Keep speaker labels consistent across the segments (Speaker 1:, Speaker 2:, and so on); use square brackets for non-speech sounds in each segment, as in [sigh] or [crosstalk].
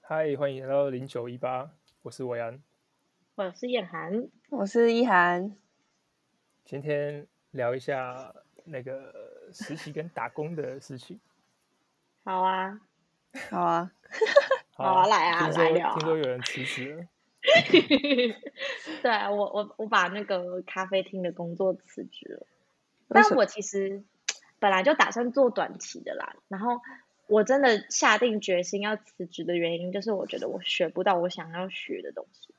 Speaker 1: 嗨，欢迎来到零九一八，我是维安。
Speaker 2: 我是燕涵，
Speaker 3: 我是一涵，
Speaker 1: 今天聊一下那个实习跟打工的事情。[laughs]
Speaker 2: 好啊，
Speaker 3: 好啊，
Speaker 2: 好啊来啊
Speaker 1: 听说
Speaker 2: 来聊啊
Speaker 1: 听说有人辞职了，
Speaker 2: 对啊我我我把那个咖啡厅的工作辞职了，但
Speaker 3: 为什
Speaker 2: 我其实本来就打算做短期的啦，然后我真的下定决心要辞职的原因，就是我觉得我学不到我想要学的东西，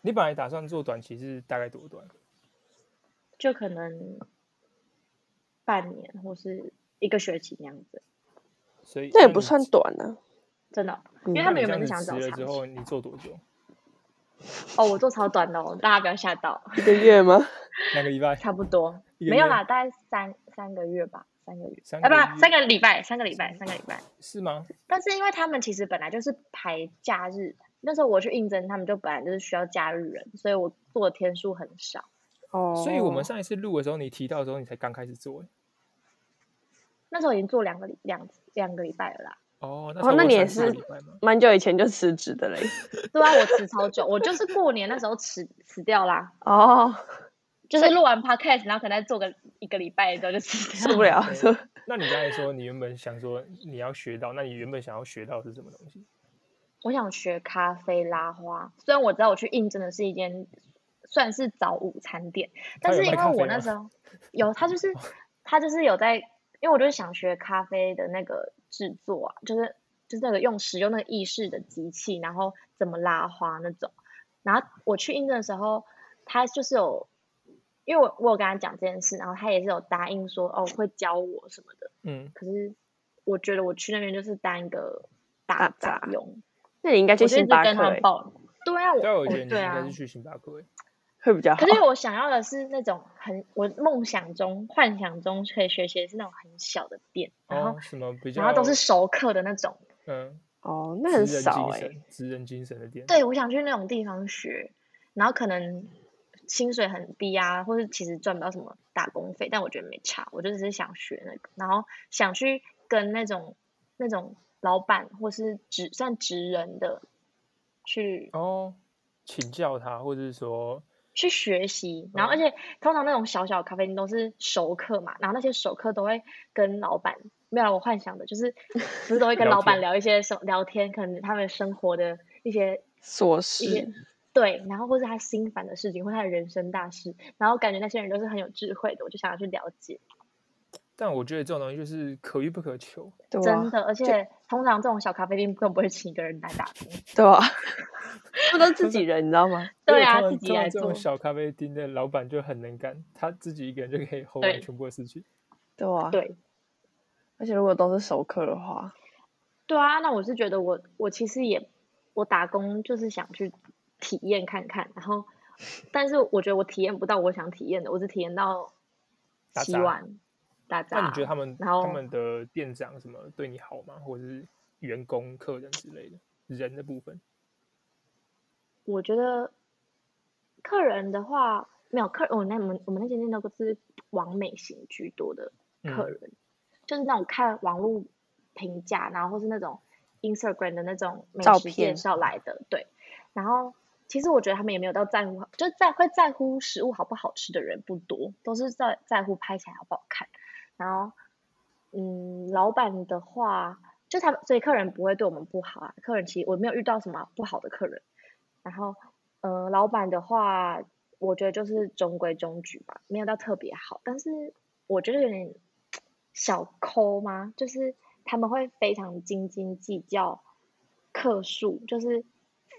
Speaker 1: 你本来打算做短期是大概多短？
Speaker 2: 就可能半年或是一个学期那样子，
Speaker 1: 所以
Speaker 3: 那也
Speaker 1: 你
Speaker 3: 不算短呢、
Speaker 2: 真的哦，因
Speaker 3: 嗯
Speaker 2: 为
Speaker 1: 那
Speaker 2: 他们
Speaker 1: 你
Speaker 2: 原
Speaker 1: 这
Speaker 2: 本
Speaker 1: 样子
Speaker 2: 是想
Speaker 1: 辞
Speaker 2: 找
Speaker 1: 了
Speaker 2: 长
Speaker 1: 之
Speaker 2: 期
Speaker 1: 后，你做多久？
Speaker 2: 哦，我做超短的哦，大家不要吓到，
Speaker 3: 一个月吗？
Speaker 1: 两个礼拜？
Speaker 2: 差不多，
Speaker 1: 一个
Speaker 2: 没有
Speaker 1: 月
Speaker 2: 啦，大概三三个月吧，三个月，
Speaker 1: 三
Speaker 2: 啊，
Speaker 1: 个
Speaker 2: 不，三
Speaker 1: 月
Speaker 2: 个礼拜，三个礼拜，三个礼拜。
Speaker 1: 是吗？
Speaker 2: 但是因为他们其实本来就是排假日，那时候我去应征，他们就本来就是需要假日人，所以我做的天数很少。
Speaker 3: 哦，
Speaker 1: [laughs] 所以我们上一次录的时候，你提到的时候，你才刚开始做欸。
Speaker 2: 那时候已经做两个礼两两个礼拜了啦。
Speaker 1: 哦，那
Speaker 3: 哦
Speaker 1: 差不
Speaker 3: 那
Speaker 1: 多
Speaker 3: 你也
Speaker 1: 三四个
Speaker 3: 是
Speaker 1: 礼拜吗？
Speaker 3: 哦蛮久以前就辞职的嘞。
Speaker 2: 对啊，我辞超久，我就是过年那时候辞 [laughs] 辞掉啦，
Speaker 3: 哦，
Speaker 2: 就是录完 podcast，然后可能再做个一个礼拜之后就辞掉。
Speaker 3: 受不
Speaker 2: [laughs]
Speaker 3: 了，
Speaker 1: 对
Speaker 3: 是吧
Speaker 1: 那你刚才说你原本想说你要学到，那你原本想要学到的是什么东西？
Speaker 2: 我想学咖啡拉花，虽然我知道我去应征的是一间算是早午餐店，但
Speaker 1: 有
Speaker 2: 是因
Speaker 1: 卖
Speaker 2: 为
Speaker 1: 咖啡
Speaker 2: 我那
Speaker 1: 吗哦
Speaker 2: 时候有他就是他就是有在，因为我就是想学咖啡的那个制作啊，就是就是那个用使用那个意式的机器，然后怎么拉花那种。然后我去应征的时候，他就是有，因为我我有跟他讲这件事，然后他也是有答应说哦会教我什么的。
Speaker 1: 嗯，
Speaker 2: 可是我觉得我去那边就是当一个打
Speaker 3: 打
Speaker 2: 杂
Speaker 3: 杂
Speaker 2: 用。
Speaker 3: 那你应该
Speaker 2: 我
Speaker 3: 去
Speaker 2: 就一
Speaker 3: 星
Speaker 2: 直
Speaker 3: 巴克、
Speaker 2: 跟他们
Speaker 3: 欸，
Speaker 2: 报。对啊，我
Speaker 1: 但我
Speaker 2: 我
Speaker 1: 觉得你应
Speaker 2: 对
Speaker 1: 该
Speaker 2: 啊
Speaker 1: 是。去星巴克欸。
Speaker 3: 会比较好
Speaker 2: 可。是我想要的是那种很我梦想中、幻想中可以学习的是那种很小的店，然后、
Speaker 1: 哦，什么比较？
Speaker 2: 然后都是熟客的那种。
Speaker 1: 嗯，
Speaker 3: 哦，那
Speaker 1: 职
Speaker 3: 很
Speaker 1: 人
Speaker 3: 少
Speaker 1: 精
Speaker 3: 哎、
Speaker 1: 神，职人精神的店。
Speaker 2: 欸对，我想去那种地方学，然后可能薪水很低啊，或者其实赚不到什么打工费，但我觉得没差，我就只是想学那个，然后想去跟那种那种老板或是职算职人的去
Speaker 1: 哦，请教他，或者是说，
Speaker 2: 去学习，然后而
Speaker 1: 嗯
Speaker 2: 且通常那种小小的咖啡厅都是熟客嘛，然后那些熟客都会跟老板，没有啊我幻想的，就是不是都会跟
Speaker 1: 聊
Speaker 2: 老板
Speaker 1: 天
Speaker 2: 聊一些什么聊天，可能他们生活的一些
Speaker 3: 琐
Speaker 2: 一些
Speaker 3: 事，
Speaker 2: 对，然后或是他心烦的事情，或他的人生大事，然后感觉那些人都是很有智慧的，我就想要去了解，
Speaker 1: 但我觉得这种东西就是可遇不可求。
Speaker 3: 对啊吧、
Speaker 2: 真的，而且通常这种小咖啡厅根本不会请一个人来打工，
Speaker 3: 对
Speaker 2: [laughs]
Speaker 3: 啊吧、他们都自己人，你知道吗？
Speaker 2: 对
Speaker 1: 因为
Speaker 2: 啊
Speaker 1: 通常
Speaker 2: 自己
Speaker 1: 通常
Speaker 2: 来
Speaker 1: 这种
Speaker 2: 做
Speaker 1: 小咖啡厅的老板就很能干，他自己一个人就
Speaker 2: [laughs]
Speaker 1: 可以 hold 完
Speaker 2: 对
Speaker 1: 全部的事情。
Speaker 3: [laughs] 对吧、
Speaker 2: 对。
Speaker 3: 而且如果都是熟客的话，
Speaker 2: 对啊，那我是觉得我我其实也我打工就是想去体验看看，
Speaker 1: [laughs]
Speaker 2: 然后但是我觉得我体验不到我想体验的，我只体验到
Speaker 1: 打
Speaker 2: 洗
Speaker 1: 杂
Speaker 2: 碗、打杂。
Speaker 1: 那你觉得他们
Speaker 2: 啊然
Speaker 1: 他
Speaker 2: 后
Speaker 1: 们的店长什么对你好吗？或者是员工、客人之类的人的部分？
Speaker 2: 我觉得客人的话没有客，我、那我们我们那间店都是完美型居多的
Speaker 1: 嗯
Speaker 2: 客人，就是那种看网络评价，然后或是那种 Instagram 的那种美
Speaker 3: 照
Speaker 2: 食介
Speaker 3: 片
Speaker 2: 绍来的，对。然后其实我觉得他们也没有到在乎，就是在会在乎食物好不好吃的人不多，都是在在乎拍起来好不好看。然后，嗯，老板的话，就他们，所以客人不会对我们不好啊。客人其实我没有遇到什么不好的客人。然后，呃，老板的话，我觉得就是中规中矩吧，没有到特别好，但是我觉得有点小抠吗？就是他们会非常斤斤计较克数，就是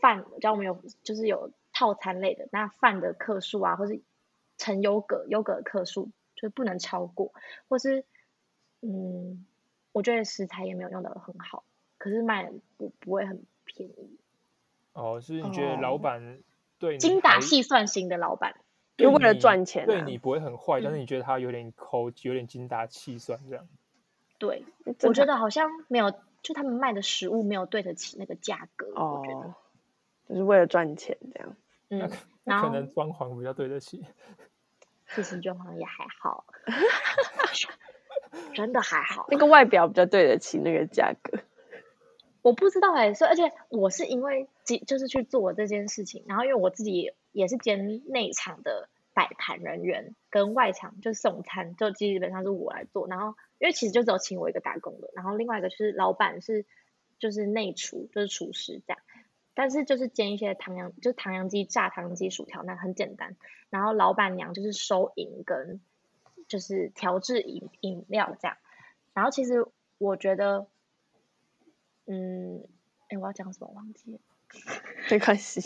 Speaker 2: 饭，像我们有就是有套餐类的，那饭的克数啊，或是盛优格优格的克数，就是不能超过，或是嗯，我觉得食材也没有用的很好，可是卖不不会很便宜，
Speaker 1: 哦，所以你觉得老
Speaker 3: 哦
Speaker 1: 板对你
Speaker 2: 精打
Speaker 1: 嗯还
Speaker 2: 细算型的老板。
Speaker 1: 对
Speaker 3: 就为了
Speaker 1: 你
Speaker 3: 赚钱
Speaker 1: 对
Speaker 3: 啊
Speaker 1: 你不会很坏，但是
Speaker 2: 嗯
Speaker 1: 你觉得他有点抠，有点精打细算这样。
Speaker 2: 对，
Speaker 3: 真
Speaker 2: 我觉
Speaker 3: 的
Speaker 2: 得好像没有，就他们卖的食物没有对得起那个价格，我觉得，
Speaker 3: 哦，就是为了赚钱这样。
Speaker 2: 嗯，
Speaker 1: 那
Speaker 2: 然
Speaker 1: 可
Speaker 2: 后
Speaker 1: 能装潢比较对得起。 [laughs]
Speaker 2: 其实就好像也还好，真的还好。
Speaker 3: 那个外表比较对得起那个价格，
Speaker 2: 我不知道哎、所以而且我是因为即就是去做这件事情，然后因为我自己也是兼内场的摆盘人员跟外场就送餐，就基本上是我来做。然后因为其实就只有请我一个打工的，然后另外一个就是老板是就是内厨，就是厨师这样。但是就是煎一些唐扬，就是唐扬鸡、炸唐扬鸡、薯条，那很简单。然后老板娘就是收银跟就是调制饮饮料这样。然后其实我觉得，嗯，哎，我要讲什么我忘记了。 [laughs]
Speaker 3: 没关系。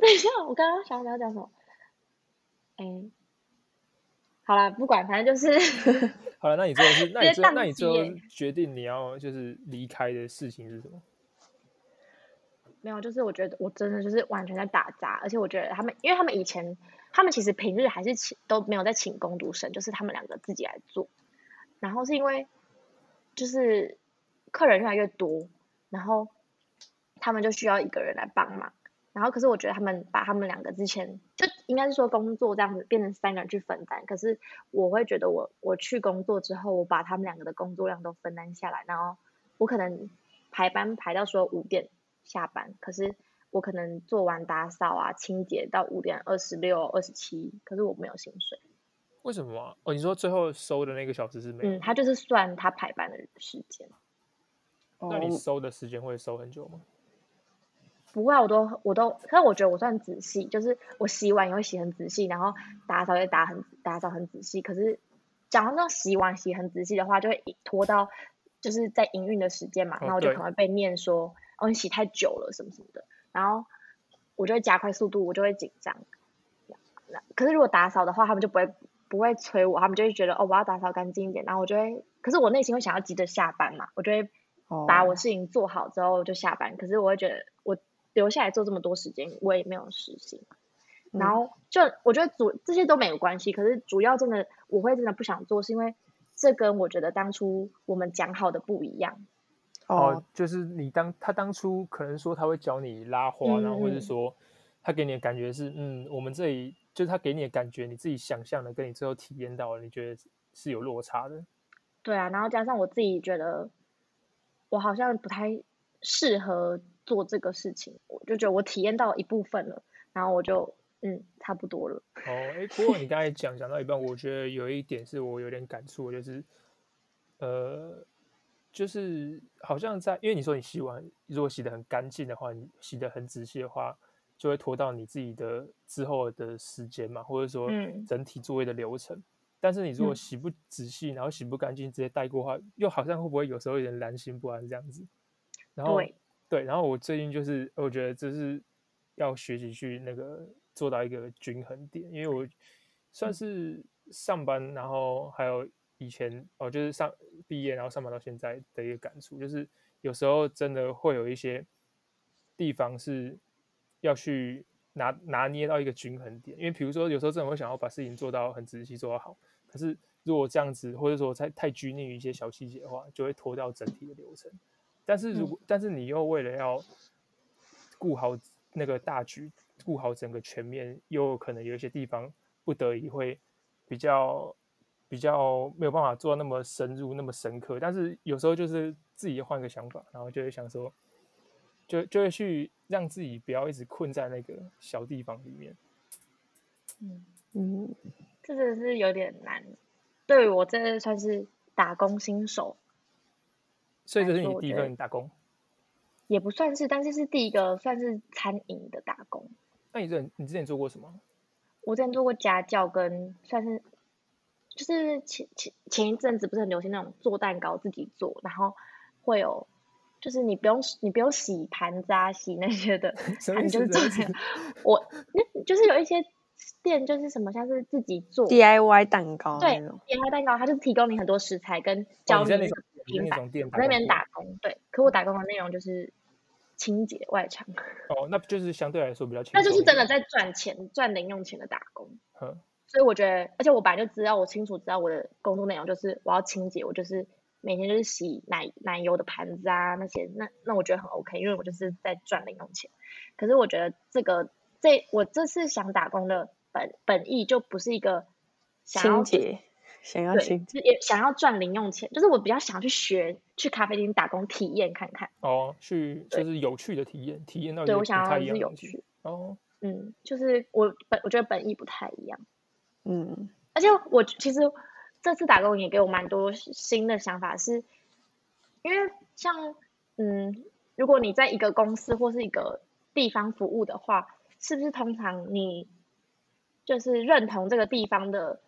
Speaker 2: 等一下，我刚刚想要讲什么？哎，好啦，不管，反正就是 [laughs]
Speaker 1: 好了，那你最后是，那你
Speaker 2: 直接
Speaker 1: 最后，那
Speaker 2: 宕
Speaker 1: 你
Speaker 2: 机
Speaker 1: 最后
Speaker 2: 耶
Speaker 1: 决定你要就是离开的事情是什么？
Speaker 2: 没有，就是我觉得我真的就是完全在打杂，而且我觉得他们，因为他们以前，他们其实平日还是请都没有在请工读生，就是他们两个自己来做。然后是因为就是客人越来越多，然后他们就需要一个人来帮忙。然后可是我觉得他们把他们两个之前就应该是说工作这样子变成三个人去分担，可是我会觉得我我去工作之后，我把他们两个的工作量都分担下来，然后我可能排班排到说五点下班，可是我可能做完打扫啊、清洁到五点二十六、二十七，可是我没有薪水。
Speaker 1: 为什么啊、哦，你说最后收的那个小时是没有
Speaker 2: 嗯，
Speaker 1: 的，
Speaker 2: 他就是算他排班的时间。
Speaker 1: 那
Speaker 3: 哦
Speaker 1: 你，收的时间会收很久吗？
Speaker 2: 不会啊，我都我都，可是我觉得我算仔细，就是我洗碗也会洗很仔细，然后打扫也打很打扫很仔细。可是讲到那种洗碗洗很仔细的话，就会一拖到就是在营运的时间嘛，
Speaker 1: 哦
Speaker 2: 然后我就
Speaker 1: 对
Speaker 2: 可能会被念说哦你洗太久了什么什么的，然后我就会加快速度，我就会紧张。那可是如果打扫的话，他们就不会不会催我，他们就会觉得哦我要打扫干净一点，然后我就会，可是我内心会想要急着下班嘛，我就会把
Speaker 3: 哦
Speaker 2: 我事情做好之后就下班。可是我会觉得我留下来做这么多时间，我也没有实行。然
Speaker 3: 嗯
Speaker 2: 后就我觉得主这些都没有关系，可是主要真的我会真的不想做，是因为这跟我觉得当初我们讲好的不一样。
Speaker 3: 哦，，
Speaker 1: 就是你当他当初可能说他会教你拉花，然后或
Speaker 2: 嗯嗯
Speaker 1: 是说他给你的感觉是，嗯，我们这里就是他给你的感觉，你自己想象的跟你最后体验到的，你觉得是有落差的。
Speaker 2: 对啊，然后加上我自己觉得我好像不太适合做这个事情，我就觉得我体验到一部分了，然后我就嗯差不多了。
Speaker 1: 哦，哎，不过你刚才讲讲到一半，我觉得有一点是我有点感触的，就是，呃，就是好像在，因为你说你洗碗，如果洗的很干净的话，你洗的很仔细的话，就会拖到你自己的之后的时间嘛，或者说
Speaker 2: 嗯
Speaker 1: 整体作业的流程。但是你如果
Speaker 2: 嗯
Speaker 1: 洗不仔细，然后洗不干净，直接带过的话，又好像会不会有时候有点良心不安这样子？然后
Speaker 2: 对，
Speaker 1: 对，然后我最近就是，我觉得就是要学习去那个做到一个均衡点，因为我
Speaker 2: 嗯
Speaker 1: 算是上班，然后还有以前哦，就是上毕业然后上班到现在的一个感触，就是有时候真的会有一些地方是要去拿拿捏到一个均衡点，因为比如说有时候真的会想要把事情做到很仔细，做到好，可是如果这样子，或者说太太拘泥于一些小细节的话，就会拖掉整体的流程。但是如
Speaker 2: 嗯
Speaker 1: 果、但是你又为了要顾好那个大局，顾好整个全面，又有可能有一些地方不得已会比较比较没有办法做到那么深入、那么深刻。但是有时候就是自己换个想法，然后就会想说，就就会去让自己不要一直困在那个小地方里面。
Speaker 2: 嗯，
Speaker 3: 嗯，
Speaker 2: 这真的是有点难，对我这算是打工新手，
Speaker 1: 所以这
Speaker 2: 来
Speaker 1: 是
Speaker 2: 说
Speaker 1: 你
Speaker 2: 我
Speaker 1: 第一
Speaker 2: 觉得
Speaker 1: 份打工。
Speaker 2: 也不算是，但是是第一个算是餐饮的打工。
Speaker 1: 那你之前你之前做过什么？
Speaker 2: 我之前做过家教跟算是，就是前前前一阵子不是很流行那种做蛋糕自己做，然后会有就是你不用你不用洗盘子啊洗那些的，
Speaker 1: [laughs] 什么
Speaker 2: 啊
Speaker 1: 意
Speaker 2: 你就
Speaker 1: 思
Speaker 2: 是做
Speaker 1: 什么意
Speaker 2: 这
Speaker 1: 思
Speaker 2: 个。我那就是有一些店就是什么像是自己做
Speaker 3: DIY 蛋糕
Speaker 2: 对
Speaker 3: 那种，
Speaker 2: DIY 蛋糕，它就是提供你很多食材跟
Speaker 1: 哦你
Speaker 2: 教你
Speaker 1: 在那
Speaker 2: 怎
Speaker 1: 种
Speaker 2: 么
Speaker 1: 你在
Speaker 2: 平
Speaker 1: 那
Speaker 2: 板。
Speaker 1: 种店
Speaker 2: 我在那边
Speaker 1: 工
Speaker 2: 打工，对，可我打工的内容就是清洁外场，
Speaker 1: 哦，那就是相对来说比较轻
Speaker 2: 那
Speaker 1: 松一点。
Speaker 2: 就是真的在赚钱赚零用钱的打工。
Speaker 1: 嗯，
Speaker 2: 所以我觉得，而且我本来就知道，我清楚知道我的工作内容就是我要清洁，我就是每天就是洗奶奶油的盘子啊那些，那那我觉得很 OK，因为我就是在赚零用钱。可是我觉得这个这我这次想打工的本本意就不是一个想要就
Speaker 3: 清
Speaker 2: 是
Speaker 3: 洁，想要
Speaker 2: 对，
Speaker 3: 请
Speaker 2: 就是也想要赚零用钱，就是我比较想去学去咖啡厅打工体验看看。
Speaker 1: 哦，去就
Speaker 2: 对
Speaker 1: 是有趣的体验，体验到一
Speaker 2: 对
Speaker 1: 个
Speaker 2: 我
Speaker 1: 哦不
Speaker 2: 想
Speaker 1: 太
Speaker 2: 要
Speaker 1: 一样
Speaker 2: 就是
Speaker 1: 的
Speaker 2: 有
Speaker 1: 东西
Speaker 2: 趣，
Speaker 1: 哦，
Speaker 2: 嗯，就是我本我觉得本意不太一样，
Speaker 3: 嗯
Speaker 2: 而且我其实这次打工也给我蛮多新的想法是，因为像嗯，如果你在一个公司或是一个地方服务的话，是不是通常你就是认同这个地方的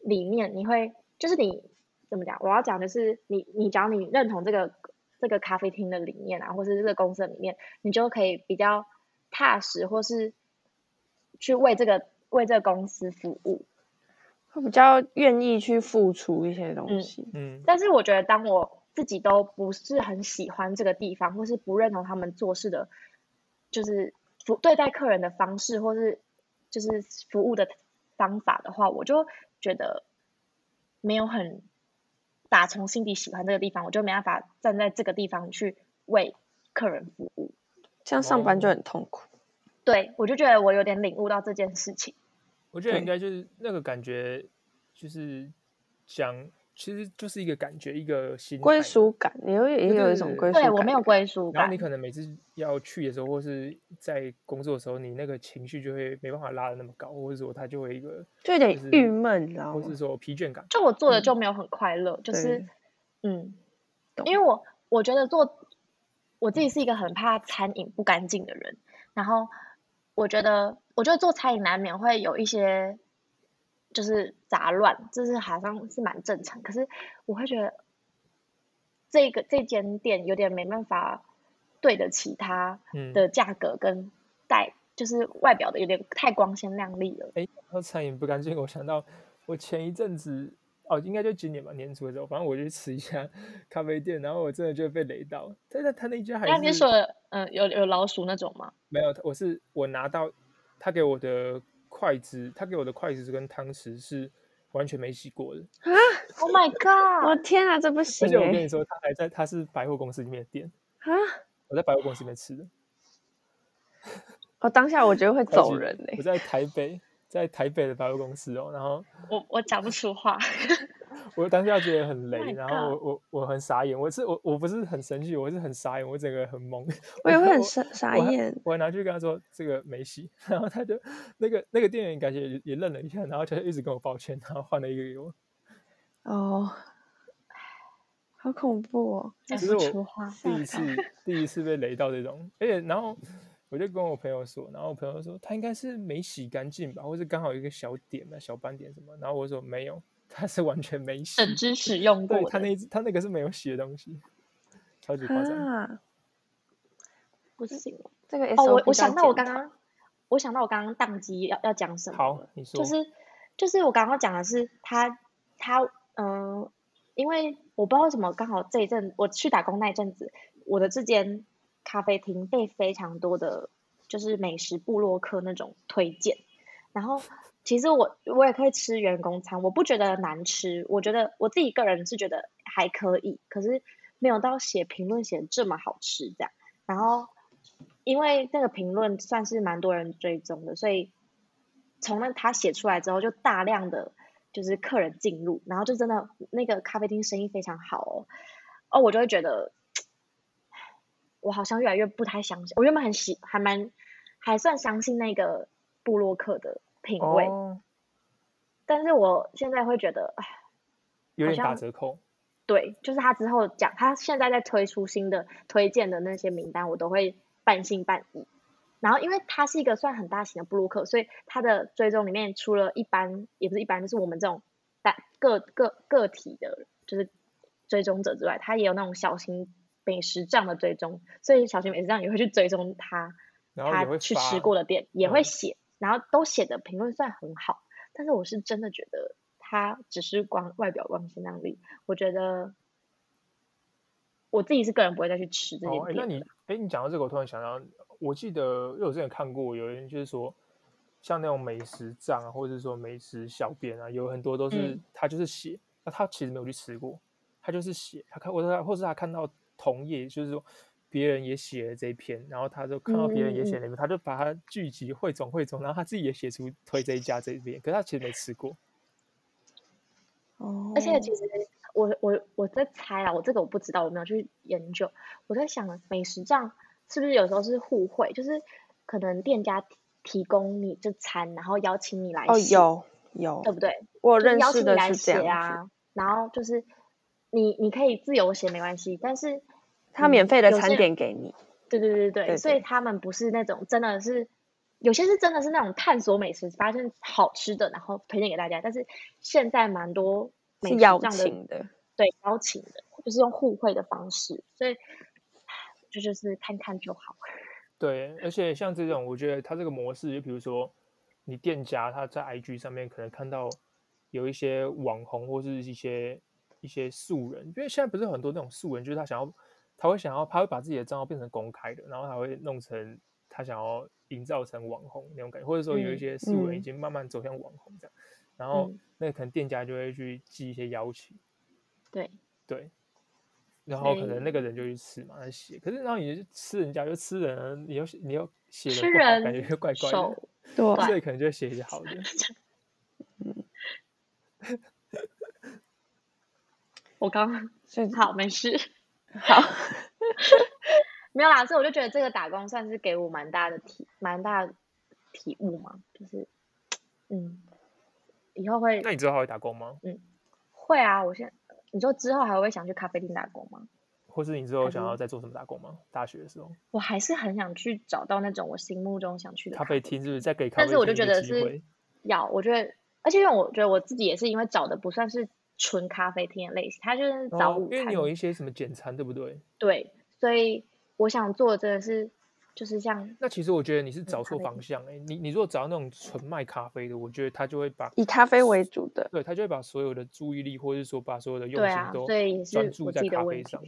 Speaker 2: 理念，你会就是你怎么讲？我要讲的是你你只要你认同这个这个咖啡厅的理念啊，或是这个公司的理念，你就可以比较踏实，或是去为这个为这个公司服务。
Speaker 3: 会比较愿意去付出一些东
Speaker 2: 嗯
Speaker 3: 西。
Speaker 1: 嗯，
Speaker 2: 但是我觉得，当我自己都不是很喜欢这个地方，或是不认同他们做事的，就是服对待客人的方式，或是就是服务的方法的话，我就觉得没有很打从心底喜欢这个地方，我就没办法站在这个地方去为客人服务。
Speaker 3: 这样上班就
Speaker 1: 哦
Speaker 3: 很痛苦。
Speaker 2: 对我就觉得我有点领悟到这件事情。
Speaker 1: 我觉得
Speaker 3: 对
Speaker 1: 应该就是那个感觉，就是讲，其实就是一个感觉，一个心
Speaker 3: 归
Speaker 1: 态
Speaker 3: 属感，也会也
Speaker 1: 对
Speaker 3: 有
Speaker 1: 对
Speaker 3: 一种
Speaker 1: 对
Speaker 3: 归属
Speaker 2: 对
Speaker 3: 感。
Speaker 2: 我没有归属
Speaker 1: 然后
Speaker 2: 感
Speaker 1: 你，可能每次要去的时候，或是在工作的时候，你那个情绪就会没办法拉的那么高，或者说它就会一个，
Speaker 3: 就有点
Speaker 1: 就是
Speaker 3: 郁闷，你知道
Speaker 1: 或
Speaker 3: 吗
Speaker 1: 是？说疲倦感。
Speaker 2: 就我做的就没有很快乐，就是
Speaker 3: 嗯对
Speaker 2: 嗯，
Speaker 3: 懂
Speaker 2: 因为我我觉得做我自己是一个很怕餐饮不干净的人，然后我觉得我觉得做餐饮难免会有一些就是杂乱，这是好像是蛮正常，可是我会觉得这个这间店有点没办法对得起它
Speaker 1: 嗯，
Speaker 2: 的价格跟带，就是外表的有点太光鲜亮丽了。
Speaker 1: 哎，说餐饮不干净，我想到我前一阵子哦，应该就今年吧，年初的时候，反正我去吃一家咖啡店，然后我真的就被雷到，但是他那一家还
Speaker 2: 那你
Speaker 1: 是
Speaker 2: 是说嗯有有老鼠那种吗？
Speaker 1: 没有，我是我拿到他给我的筷子，他给我的筷子跟汤匙是完全没洗过的，
Speaker 2: Oh my
Speaker 3: 我
Speaker 2: god！
Speaker 3: 天啊，这不行
Speaker 1: 而且我
Speaker 3: 哎、
Speaker 1: 跟你说，他还在他是百货公司里面的店，
Speaker 3: 啊！
Speaker 1: 我在百货公司里面吃的，
Speaker 3: 我哦当下我觉得会
Speaker 1: 超
Speaker 3: 走
Speaker 1: 级
Speaker 3: 人哎、
Speaker 1: 我在台北，在台北的百货公司哦，然后
Speaker 2: 我我讲不出
Speaker 1: [laughs]
Speaker 2: 话。
Speaker 1: 我当下觉得很雷，
Speaker 3: ，Oh
Speaker 2: my
Speaker 1: 然后我我我很傻眼，我是我我不是很生气，我是很傻眼，我整个很懵， [laughs]
Speaker 3: 我也会很
Speaker 1: 我
Speaker 3: 傻傻
Speaker 1: 我还
Speaker 3: 眼。
Speaker 1: 我还拿去跟他说这个没洗， [laughs] 然后他就那个那个店员感觉也也愣了一下，然后就一直跟我抱歉，然后换了一个给我。
Speaker 3: 哦，好恐怖哦！
Speaker 2: 讲
Speaker 1: 就是
Speaker 2: 不
Speaker 1: 我
Speaker 2: 出话
Speaker 1: 第一
Speaker 3: 吓
Speaker 1: 次第一次被雷到这种，而且然后我就跟我朋友说，然后我朋友说他应该是没洗干净吧，或是刚好有一个小点啊、小斑点什么，然后我说没有，他是完全没洗，
Speaker 2: 整只使用
Speaker 1: 对
Speaker 2: 过
Speaker 1: 他
Speaker 2: 的，
Speaker 1: 那一只他那个是没有洗的东西，超级夸张。
Speaker 3: 啊，
Speaker 2: 不行
Speaker 3: 这个 S
Speaker 2: 哦！我我想到我刚刚，我想到我刚刚宕机要要讲什么
Speaker 1: 好
Speaker 2: 了，
Speaker 1: 你说，
Speaker 2: 就是就是我刚刚讲的是他他嗯、呃因为我不知道为什么，刚好这一阵我去打工那一阵子，我的这间咖啡厅被非常多的就是美食部落客那种推荐，然后其实我我也可以吃员工餐，我不觉得难吃，我觉得我自己个人是觉得还可以，可是没有到写评论写得这么好吃这样。然后因为那个评论算是蛮多人追踪的，所以从那他写出来之后，就大量的就是客人进入，然后就真的那个咖啡厅生意非常好哦。哦，我就会觉得我好像越来越不太相信，我原本很喜还蛮还算相信那个布洛克的品味，
Speaker 1: 哦，
Speaker 2: 但是我现在会觉得，哎，
Speaker 1: 有
Speaker 2: 好
Speaker 1: 点打
Speaker 2: 像
Speaker 1: 折扣，
Speaker 2: 对，就是他之后讲，他现在在推出新的推荐的那些名单，我都会半信半疑。然后，因为他是一个算很大型的布鲁克，所以他的追踪里面除了一般，也不是一般，就是我们这种大个个个体的，就是追踪者之外，他也有那种小型美食账的追踪，所以小型美食账也会去追踪他，
Speaker 1: 然后也会
Speaker 2: 他去
Speaker 1: 发
Speaker 2: 吃过的店也会
Speaker 1: 嗯
Speaker 2: 写，然后都写的评论算很好，但是我是真的觉得他只是光外表光鲜亮丽，我觉得我自己是个人不会再去吃这
Speaker 1: 哦，
Speaker 2: 些
Speaker 1: 哎，那
Speaker 2: 店。
Speaker 1: 你哎，你讲到这个，我突然想到，我记得因为我之前看过有人就是说，像那种美食账啊，或者是说美食小编啊，有很多都是、
Speaker 2: 嗯
Speaker 1: 他就是写，那他其实没有去吃过，他就是写，他看或者他或是他看到同业，就是说别人也写了这一篇，然后他就看到别人也写
Speaker 2: 嗯嗯嗯
Speaker 1: 了一篇，他就把它聚集汇总汇总，然后他自己也写出推这一家这一边，可是他其实没吃过，
Speaker 3: 哦
Speaker 2: 而且其实我我我在猜啊，我这个我不知道，我没有去研究。我在想，美食账是不是有时候是互惠？就是可能店家提提供你这餐，然后邀请你来
Speaker 3: 哦，
Speaker 2: 写，
Speaker 3: 有有
Speaker 2: 对，不对？
Speaker 3: 我
Speaker 2: 就是
Speaker 3: 哦认
Speaker 2: 邀
Speaker 3: 识
Speaker 2: 请你
Speaker 3: 的
Speaker 2: 来
Speaker 3: 是
Speaker 2: 写
Speaker 3: 这样子，
Speaker 2: 啊，然后就是你你可以自由写没关系，但是
Speaker 3: 他免
Speaker 2: 嗯
Speaker 3: 费的
Speaker 2: 有些
Speaker 3: 餐点给你，
Speaker 2: 对对对对
Speaker 3: 对
Speaker 2: 对，所以
Speaker 3: 对
Speaker 2: 他们不是那种真的是，有些是真的是那种探索美食，发现好吃的，然后推荐给大家。但是现在蛮多美
Speaker 3: 是
Speaker 2: 食
Speaker 3: 邀
Speaker 2: 这样的，
Speaker 3: 请的。
Speaker 2: 对邀请的，就是用互惠的方式，所以这就是看看就好。
Speaker 1: 对，而且像这种，我觉得它这个模式，就比如说你店家他在 IG 上面可能看到有一些网红或是一些一些素人，因为现在不是很多那种素人，就是他想要，他会想要，他会把自己的账号变成公开的，然后他会弄成他想要营造成网红那种感觉，或者说有一
Speaker 2: 嗯
Speaker 1: 些素人已
Speaker 3: 嗯
Speaker 1: 经慢慢走向网红这样，然后
Speaker 2: 嗯
Speaker 1: 那可能店家就会去寄一些邀请，
Speaker 2: 对，
Speaker 1: 对，然
Speaker 2: 所
Speaker 1: 后可能那
Speaker 2: 以
Speaker 1: 个人就去吃嘛，那写。可是然后你就吃人家就吃人啊，你要你要写的
Speaker 2: 吃
Speaker 1: 不好，感觉
Speaker 2: 人
Speaker 1: 就怪怪的，
Speaker 2: 手
Speaker 3: 对
Speaker 1: 所以可能就写一些好
Speaker 2: [laughs]
Speaker 1: 的。
Speaker 2: 我刚
Speaker 3: 所以
Speaker 2: 好没事，
Speaker 3: 好，
Speaker 2: [laughs] 没有啦。所以我就觉得这个打工算是给我蛮大的体，蛮大的体悟嘛，就是嗯，以后会
Speaker 1: 那你之后还会打工吗？
Speaker 2: 会啊，我现你说之后还会想去咖啡厅打工吗？
Speaker 1: 或是你之后
Speaker 2: 还
Speaker 1: 想要
Speaker 2: 是
Speaker 1: 再做什么打工吗？大学的时候，
Speaker 2: 我还是很想去找到那种我心目中想去的
Speaker 1: 咖啡厅是不是再给咖
Speaker 2: 但
Speaker 1: 啡
Speaker 2: 是我就
Speaker 1: 厅
Speaker 2: 觉
Speaker 1: 一个
Speaker 2: 得
Speaker 1: 机
Speaker 2: 是
Speaker 1: 会？
Speaker 2: 要，我觉得，而且因为我觉得我自己也是因为找的不算是纯咖啡厅的类型，它就是找
Speaker 1: 哦
Speaker 2: 午，
Speaker 1: 因为
Speaker 2: 餐
Speaker 1: 你有一些什么简餐，对不对？
Speaker 2: 对，所以我想做的真的是就是像
Speaker 1: 那其实我觉得你是
Speaker 2: 嗯
Speaker 1: 找
Speaker 2: 咖
Speaker 1: 错
Speaker 2: 啡
Speaker 1: 方
Speaker 2: 厅
Speaker 1: 向哎、你你如果找到那种纯卖咖啡的，我觉得他就会把
Speaker 3: 以咖啡为主的，
Speaker 1: 对他就会把所有的注意力，或者是说把所有的用
Speaker 2: 对
Speaker 1: 心
Speaker 2: 啊，
Speaker 1: 都
Speaker 2: 所以也
Speaker 1: 专
Speaker 2: 是
Speaker 1: 注
Speaker 2: 我
Speaker 1: 在
Speaker 2: 自己的
Speaker 1: 咖
Speaker 2: 问
Speaker 1: 啡
Speaker 2: 题
Speaker 1: 上。，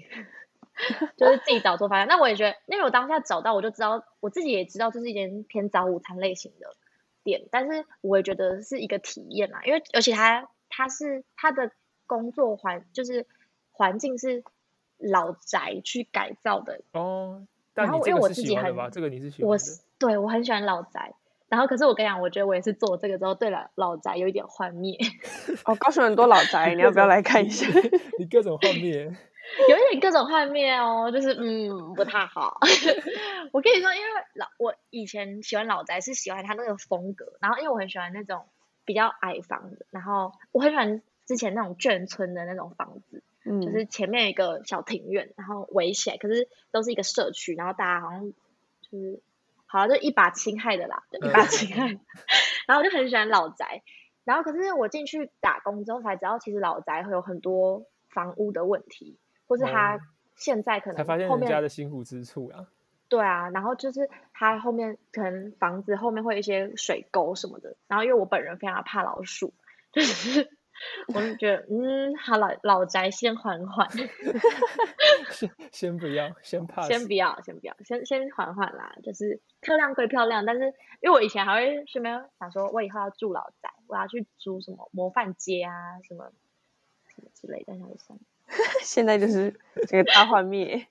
Speaker 2: [laughs] 就是自己找错方向。那我也觉得，因为我当下找到，我就知道我自己也知道这是一间偏早午餐类型的店，但是我也觉得是一个体验啦，因为而且它它是它的工作环就是环境是老宅去改造的，
Speaker 1: 哦，但
Speaker 2: 然
Speaker 1: 你
Speaker 2: 后
Speaker 1: 这
Speaker 2: 因为
Speaker 1: 个
Speaker 2: 我
Speaker 1: 是
Speaker 2: 自
Speaker 1: 喜
Speaker 2: 己
Speaker 1: 欢的
Speaker 2: 很
Speaker 1: 吧？这个你是喜欢
Speaker 2: 我
Speaker 1: 的。
Speaker 2: 是对我很喜欢老宅。然后，可是我跟你讲，我觉得我也是做这个之后，对老老宅有一点幻灭，
Speaker 3: 哦，高雄很多老宅，你要不要来看
Speaker 2: [laughs]
Speaker 3: 一下？
Speaker 1: [laughs] 你各种幻灭，
Speaker 2: 有一点各种幻灭哦，就是嗯不太好。 [laughs] 我跟你说，因为老我以前喜欢老宅是喜欢他那个风格，然后因为我很喜欢那种比较矮房子，然后我很喜欢之前那种眷村的那种房子，
Speaker 3: 嗯，
Speaker 2: 就是前面有一个小庭院，然后围起来，可是都是一个社区，然后大家好像就是好啊像就一把侵害的啦，就一把
Speaker 1: 嗯
Speaker 2: 侵害。然后我就很喜欢老宅，然后可是我进去打工之后才知道，其实老宅会有很多房屋的问题，或是
Speaker 1: 哦
Speaker 2: 它现在可
Speaker 1: 才发
Speaker 2: 能
Speaker 1: 现
Speaker 2: 后
Speaker 1: 人
Speaker 2: 面
Speaker 1: 家的辛苦之处啊。 [laughs]
Speaker 2: 对啊，然后就是它后面可能房子后面会有一些水沟什么的，然后因为我本人非常怕老鼠，就是 [laughs] 我就觉得嗯，好老老宅先缓缓，
Speaker 1: 先先不要，先 pass。
Speaker 2: 先不要，先不要，先先缓缓啦。就是漂亮归漂亮，但是因为我以前还会顺便想说，我以后要住老宅，我要去租什么模范街啊，什么什么之类的，但想一想，
Speaker 3: 现在就是整个大
Speaker 1: [laughs]
Speaker 3: 幻灭。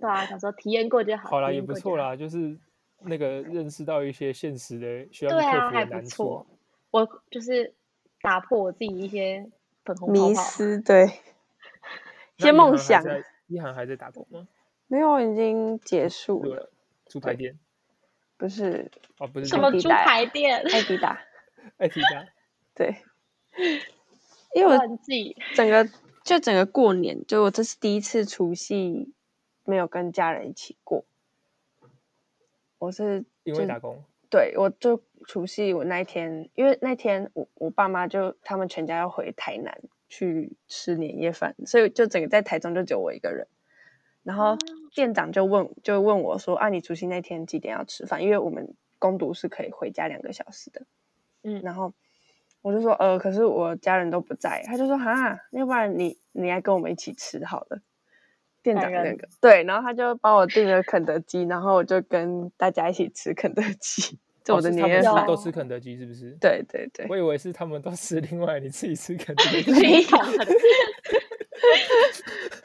Speaker 2: 对啊，想说体验过就好，
Speaker 1: 好啦，
Speaker 2: 体
Speaker 1: 也
Speaker 2: 验
Speaker 1: 不
Speaker 2: 过就
Speaker 1: 错
Speaker 2: 好。
Speaker 1: 啦，就是那个认识到一些现实的需要去
Speaker 2: 对
Speaker 1: 克
Speaker 2: 啊，
Speaker 1: 服的
Speaker 2: 还不
Speaker 1: 难处
Speaker 2: 错。。我就是打破我自己一些粉红泡
Speaker 3: 迷
Speaker 2: 泡。
Speaker 3: 失，对，一
Speaker 1: 那
Speaker 3: 些
Speaker 1: 一
Speaker 3: 梦
Speaker 1: 涵还
Speaker 3: 想
Speaker 1: 在一涵还在打工吗？
Speaker 3: 没有已经结束
Speaker 1: 对
Speaker 3: 了，
Speaker 1: 猪排
Speaker 3: 对
Speaker 1: 店
Speaker 3: 不是
Speaker 1: 哦，不是
Speaker 2: 什
Speaker 1: 猪
Speaker 2: 么
Speaker 3: 地
Speaker 2: 猪
Speaker 3: 带
Speaker 2: 排店？
Speaker 3: 艾迪达，
Speaker 1: 艾提达
Speaker 3: 对，因为我
Speaker 2: 乱记。
Speaker 3: 整个就整个过年，就我这是第一次除夕没有跟家人一起过，我是
Speaker 1: 因为打工
Speaker 3: 对我就除夕我那一天，因为那天我我爸妈就他们全家要回台南去吃年夜饭，所以就整个在台中就只有我一个人。然后
Speaker 2: 哦
Speaker 3: 店长就问就问我说啊，你除夕那天几点要吃饭？因为我们工读是可以回家两个小时的。
Speaker 2: 嗯
Speaker 3: 然后我就说呃，可是我家人都不在，他就说哈，要不然你你来跟我们一起吃好了。店
Speaker 2: 感
Speaker 3: 长那
Speaker 2: 人
Speaker 3: 个对，然后他就帮我订了肯德基，然后我就跟大家一起吃肯德基，这
Speaker 1: 哦
Speaker 3: 我的
Speaker 1: 是
Speaker 3: 年
Speaker 1: 他
Speaker 3: 夜
Speaker 1: 们是
Speaker 3: 饭。
Speaker 1: 都吃肯德基是不是？
Speaker 3: 对对对
Speaker 1: 我，以为是他们都吃另外，你自己吃肯德基。
Speaker 2: 没有，
Speaker 3: 反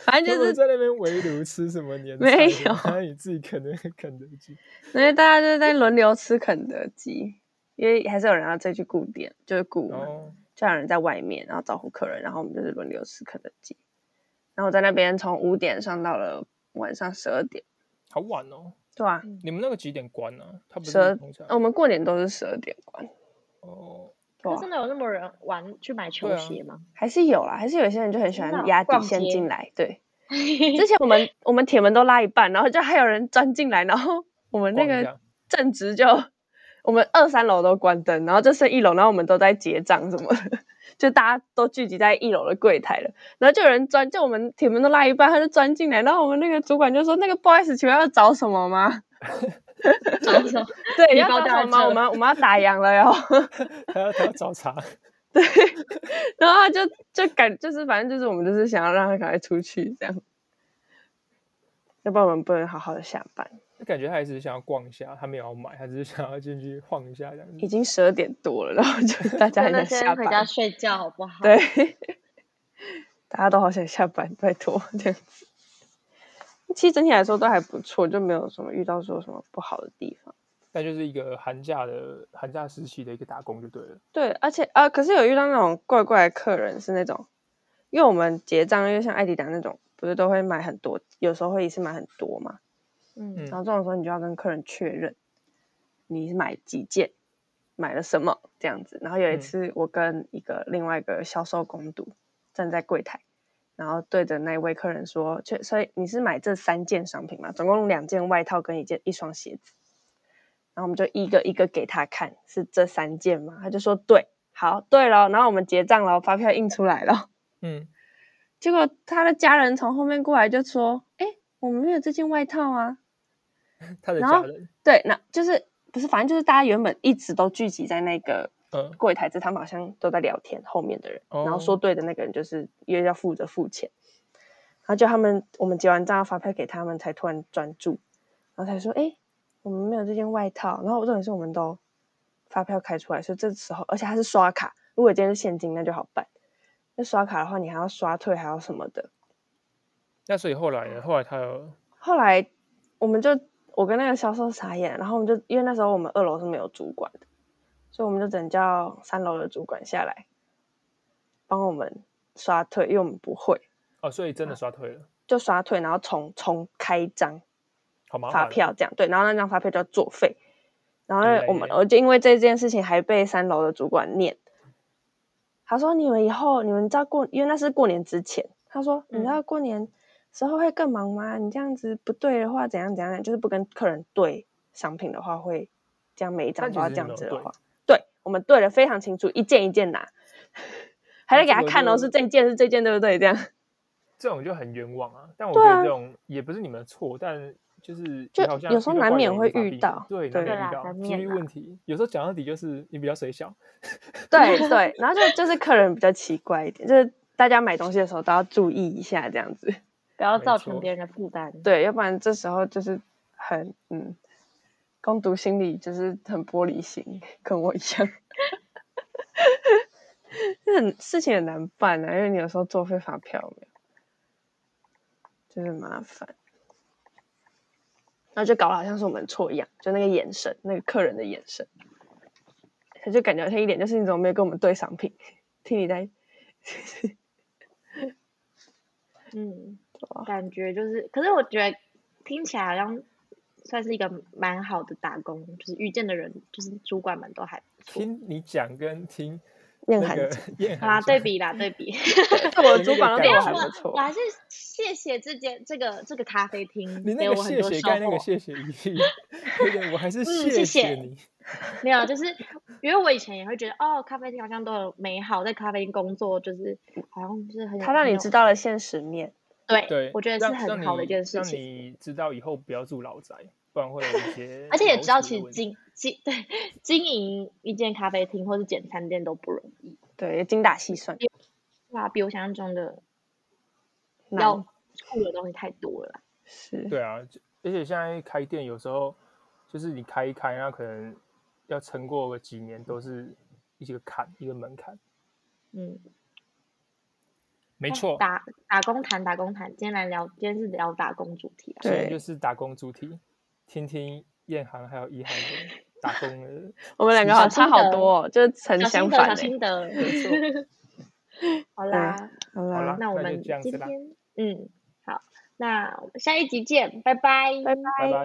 Speaker 1: 他
Speaker 3: [laughs] 正就
Speaker 1: 们
Speaker 3: 是
Speaker 1: 在那边围炉吃什么年
Speaker 3: 没
Speaker 1: 菜
Speaker 3: 有
Speaker 1: 然后你自己啃那个肯德基。
Speaker 3: 因为大家就在轮流吃肯德基，因为还是有人要再去顾店，就是顾我们
Speaker 1: 哦，
Speaker 3: 就让人在外面，然后招呼客人，然后我们就是轮流吃肯德基。然后我在那边从五点上到了晚上十二点，
Speaker 1: 好晚哦。
Speaker 3: 对啊，
Speaker 1: 你们那个几点关呢、啊？他不
Speaker 3: 12
Speaker 1: 是通常
Speaker 3: 那哦我们过年都是十二点关，
Speaker 1: 哦，
Speaker 3: 对
Speaker 2: 可
Speaker 3: 啊
Speaker 2: 真的有那么人玩去买球
Speaker 1: 对啊
Speaker 2: 鞋
Speaker 3: [laughs]
Speaker 2: 吗？
Speaker 3: 还是有啦，还是有一些人就很喜
Speaker 2: 真的
Speaker 3: 欢
Speaker 2: 哦
Speaker 3: 压
Speaker 2: 逛
Speaker 3: 底线
Speaker 2: 街
Speaker 3: 进来。对，之前我们我们铁门都拉一半，然后就还有人钻进来，然后我们那
Speaker 1: 逛一
Speaker 3: 个
Speaker 1: 下
Speaker 3: 正值就我们二三楼都关灯，然后就剩一楼，然后我们都在结账什么的，就大家都聚集在一楼的柜台了，然后就有人钻，就我们铁门都拉一半，他就钻进来，然后我们那个主管就说：“那个不好意思，请问要找什么吗？”
Speaker 2: 然后说
Speaker 3: 对，
Speaker 2: 你
Speaker 3: 要
Speaker 2: 帮
Speaker 3: 找
Speaker 2: 大家
Speaker 3: 什
Speaker 2: 撤
Speaker 3: 么吗？我们我们要打烊了哟。
Speaker 1: 他要他要找茬，
Speaker 3: 然后他就就感就是反正就是我们就是想要让他赶快出去这样，要不然我们不能好好的下班。
Speaker 1: 感觉他也只是想要逛一下，他没有要买，他只是想要进去晃一下这样
Speaker 3: 已
Speaker 1: 子。
Speaker 3: 经十二点多了，然后就
Speaker 2: [laughs]
Speaker 3: 大
Speaker 2: 真
Speaker 3: 家很
Speaker 2: 的
Speaker 3: 想
Speaker 2: 先
Speaker 3: 下
Speaker 2: 回家
Speaker 3: 班，
Speaker 2: 睡觉好不好？，
Speaker 3: 对，大家都好想下班，拜托这样子。其实整体来说都还不错，就没有什么遇到说什么不好的地方。
Speaker 1: 那就是一个寒假的寒假时期的一个打工就对了。
Speaker 3: 对，而且啊，可是有遇到那种怪怪的客人，是那种，因为我们结账，因为像艾迪达那种，不是都会买很多，有时候会一次买很多嘛。
Speaker 2: 嗯，
Speaker 1: 嗯
Speaker 3: 然后这种时候你就要跟客人确认你买几件，买了什么这样子。然后有一
Speaker 1: 嗯
Speaker 3: 次我跟一个另外一个销售工读站在柜台，然后对着那位客人说：“确，所以你是买这三件商品嘛？总共两件外套跟一件一双鞋子。”然后我们就一个一个给他看，是这三件吗？他就说：“对，好，对了。”然后我们结账了，发票印出来了。
Speaker 1: 嗯，
Speaker 3: [laughs] 结果他的家人从后面过来就说：“哎，我们没有这件外套啊。”
Speaker 1: 嗯他的
Speaker 3: 然后
Speaker 1: 家人，
Speaker 3: 对，那就是不是，反正就是大家原本一直都聚集在那个
Speaker 1: 嗯
Speaker 3: 柜台，这他们好像都在聊天，后面的人，然后
Speaker 1: 哦
Speaker 3: 说对的那个人就是又要负责付钱，然后就他们我们结完账要发票给他们，才突然专注，然后才说，哎，我们没有这件外套，然后重点是我们都发票开出来，所以这时候而且还是刷卡，如果今天是现金那就好办，那刷卡的话你还要刷退还要什么的，
Speaker 1: 那所以后来呢？后来他有
Speaker 3: 后来我们就我跟那个销售傻眼，然后我们就因为那时候我们二楼是没有主管的，所以我们就只能叫三楼的主管下来帮我们刷退，因为我们不会，
Speaker 1: 哦，所以真的刷退了，
Speaker 3: 就刷退，然后重重开一张
Speaker 1: 好麻烦
Speaker 3: 发
Speaker 1: 哦。
Speaker 3: 票这样对，然后那张发票就要作废。然后
Speaker 1: 哎
Speaker 3: 呢
Speaker 1: 呀，
Speaker 3: 我们
Speaker 1: 哎呀
Speaker 3: 我就因为这件事情还被三楼的主管念，他说你们以后你们知道过，因为那是过年之前，他说你知道过年时候会更忙吗？你这样子不对的话，怎样怎样，就是不跟客人对商品的话，会这样每一张
Speaker 1: 但
Speaker 3: 都要
Speaker 1: 其
Speaker 3: 这
Speaker 1: 实你
Speaker 3: 样
Speaker 1: 们
Speaker 3: 子
Speaker 1: 有
Speaker 3: 的
Speaker 1: 对
Speaker 3: 话，对我们对的非常清楚，一件一件拿，还
Speaker 1: 那
Speaker 3: 得给
Speaker 1: 这
Speaker 3: 他
Speaker 1: 个
Speaker 3: 看
Speaker 1: 就
Speaker 3: 哦，
Speaker 1: 是
Speaker 3: 这件是这件对不对？这样
Speaker 1: 这种就很冤枉啊。但我觉
Speaker 3: 对
Speaker 1: 得
Speaker 3: 啊
Speaker 1: 这种也不是你们的错，但就是
Speaker 3: 就
Speaker 1: 你好像
Speaker 3: 有时候
Speaker 1: 遇到
Speaker 3: 难
Speaker 1: 怪
Speaker 3: 免
Speaker 1: 人
Speaker 3: 会
Speaker 1: 无法
Speaker 3: 遇
Speaker 1: 避免
Speaker 3: 到
Speaker 1: 对，
Speaker 3: 对
Speaker 1: 难免
Speaker 2: 对啦
Speaker 1: 遇到
Speaker 2: 难
Speaker 1: 几
Speaker 2: 免
Speaker 1: 率
Speaker 2: 啦
Speaker 1: 问题。有时候讲到底就是你比较水小，
Speaker 3: 对对，然后就就是客人比较奇怪一点，就是大家买东西的时候都要注意一下这样子。
Speaker 2: 不要
Speaker 1: 没
Speaker 2: 造
Speaker 1: 错
Speaker 2: 成别人的负担。
Speaker 3: 对，要不然这时候就是很嗯，攻读心理就是很玻璃心，跟我一样。这很事情很难办啊，因为你有时候作废发票有没有，就是麻烦。然后就搞得好像是我们错一样，就那个眼神，那个客人的眼神，他就感觉好像一脸就是你怎么没有跟我们对商品，听你在
Speaker 2: 嗯
Speaker 3: 啊，
Speaker 2: 感觉就是，可是我觉得听起来好像算是一个蛮好的打工，就是遇见的人，就是主管们都还不错。
Speaker 1: 听你讲跟听
Speaker 3: 念
Speaker 1: 那
Speaker 3: 韩
Speaker 1: 个
Speaker 3: 讲，
Speaker 1: [laughs] 燕
Speaker 2: 好啦，
Speaker 1: 涵
Speaker 2: 啊对
Speaker 3: [laughs]
Speaker 1: 讲
Speaker 2: 比啦，对比。
Speaker 1: [laughs]
Speaker 3: 对我的主管都
Speaker 1: 那
Speaker 3: 对
Speaker 1: 个
Speaker 3: 我
Speaker 1: 感
Speaker 3: 还
Speaker 1: 觉
Speaker 3: 不
Speaker 2: 我
Speaker 3: 错，
Speaker 2: 还是谢谢这间这个这个咖啡厅
Speaker 1: [laughs] 你
Speaker 2: 给
Speaker 1: 那个
Speaker 2: 我很
Speaker 1: 谢
Speaker 2: 多
Speaker 1: 谢
Speaker 2: 收
Speaker 1: 盖那个
Speaker 2: 获。
Speaker 1: 谢谢一句，对对，我还是
Speaker 2: 嗯谢
Speaker 1: 谢
Speaker 2: 谢
Speaker 1: 你。
Speaker 2: 没有，就是因为我以前也会觉得，哦，咖啡厅好像都有美好，在咖啡厅工作就是好像就是很有
Speaker 3: 他让
Speaker 2: 很
Speaker 3: 你
Speaker 2: 有
Speaker 3: 知道了现实面。
Speaker 2: 对，
Speaker 1: 对，
Speaker 2: 我觉得是
Speaker 1: 让
Speaker 2: 很
Speaker 1: 让
Speaker 2: 好的
Speaker 1: 你
Speaker 2: 一件事
Speaker 1: 让
Speaker 2: 情。
Speaker 1: 你知道以后不要住老宅，不然会有一些
Speaker 2: [laughs] 而且也
Speaker 1: 楼
Speaker 2: 知道，
Speaker 1: 市的
Speaker 2: 其实
Speaker 1: 问题
Speaker 2: 经经对经营一间咖啡厅或是简餐店都不容易，
Speaker 3: 对，精打细算，
Speaker 2: 对啊，比我想象中的要
Speaker 3: 难
Speaker 2: 顾的东西太多了啦。
Speaker 3: 是，
Speaker 1: 对啊，就而且现在开店有时候就是你开一开，那可能要撑过个几年都是一个坎，一个门槛。
Speaker 2: 嗯，
Speaker 1: 没
Speaker 2: 哎
Speaker 1: 错，
Speaker 2: 打打工谈打工谈，今天来聊，今天是聊打工主题啊。
Speaker 1: 今天
Speaker 3: 对
Speaker 1: 就是打工主题，听听燕涵还有一涵的打工的
Speaker 3: 我们两个
Speaker 2: 小
Speaker 3: 好差
Speaker 2: 心
Speaker 3: 好
Speaker 2: 得
Speaker 3: 多、哦，就是很
Speaker 2: 小
Speaker 3: 相
Speaker 2: 心得，
Speaker 3: 反欸
Speaker 2: 小
Speaker 3: 的、
Speaker 2: 心得，没
Speaker 3: [laughs]
Speaker 2: 错。好
Speaker 3: 对啊
Speaker 2: 啦，
Speaker 3: 好
Speaker 1: 好
Speaker 3: 啦
Speaker 1: 啦，
Speaker 2: 那我
Speaker 1: 那就
Speaker 2: 们
Speaker 1: 这样
Speaker 2: 今
Speaker 1: 子啦
Speaker 2: 天，嗯，好，那我们下一集见，拜拜，
Speaker 3: 拜
Speaker 1: 拜拜。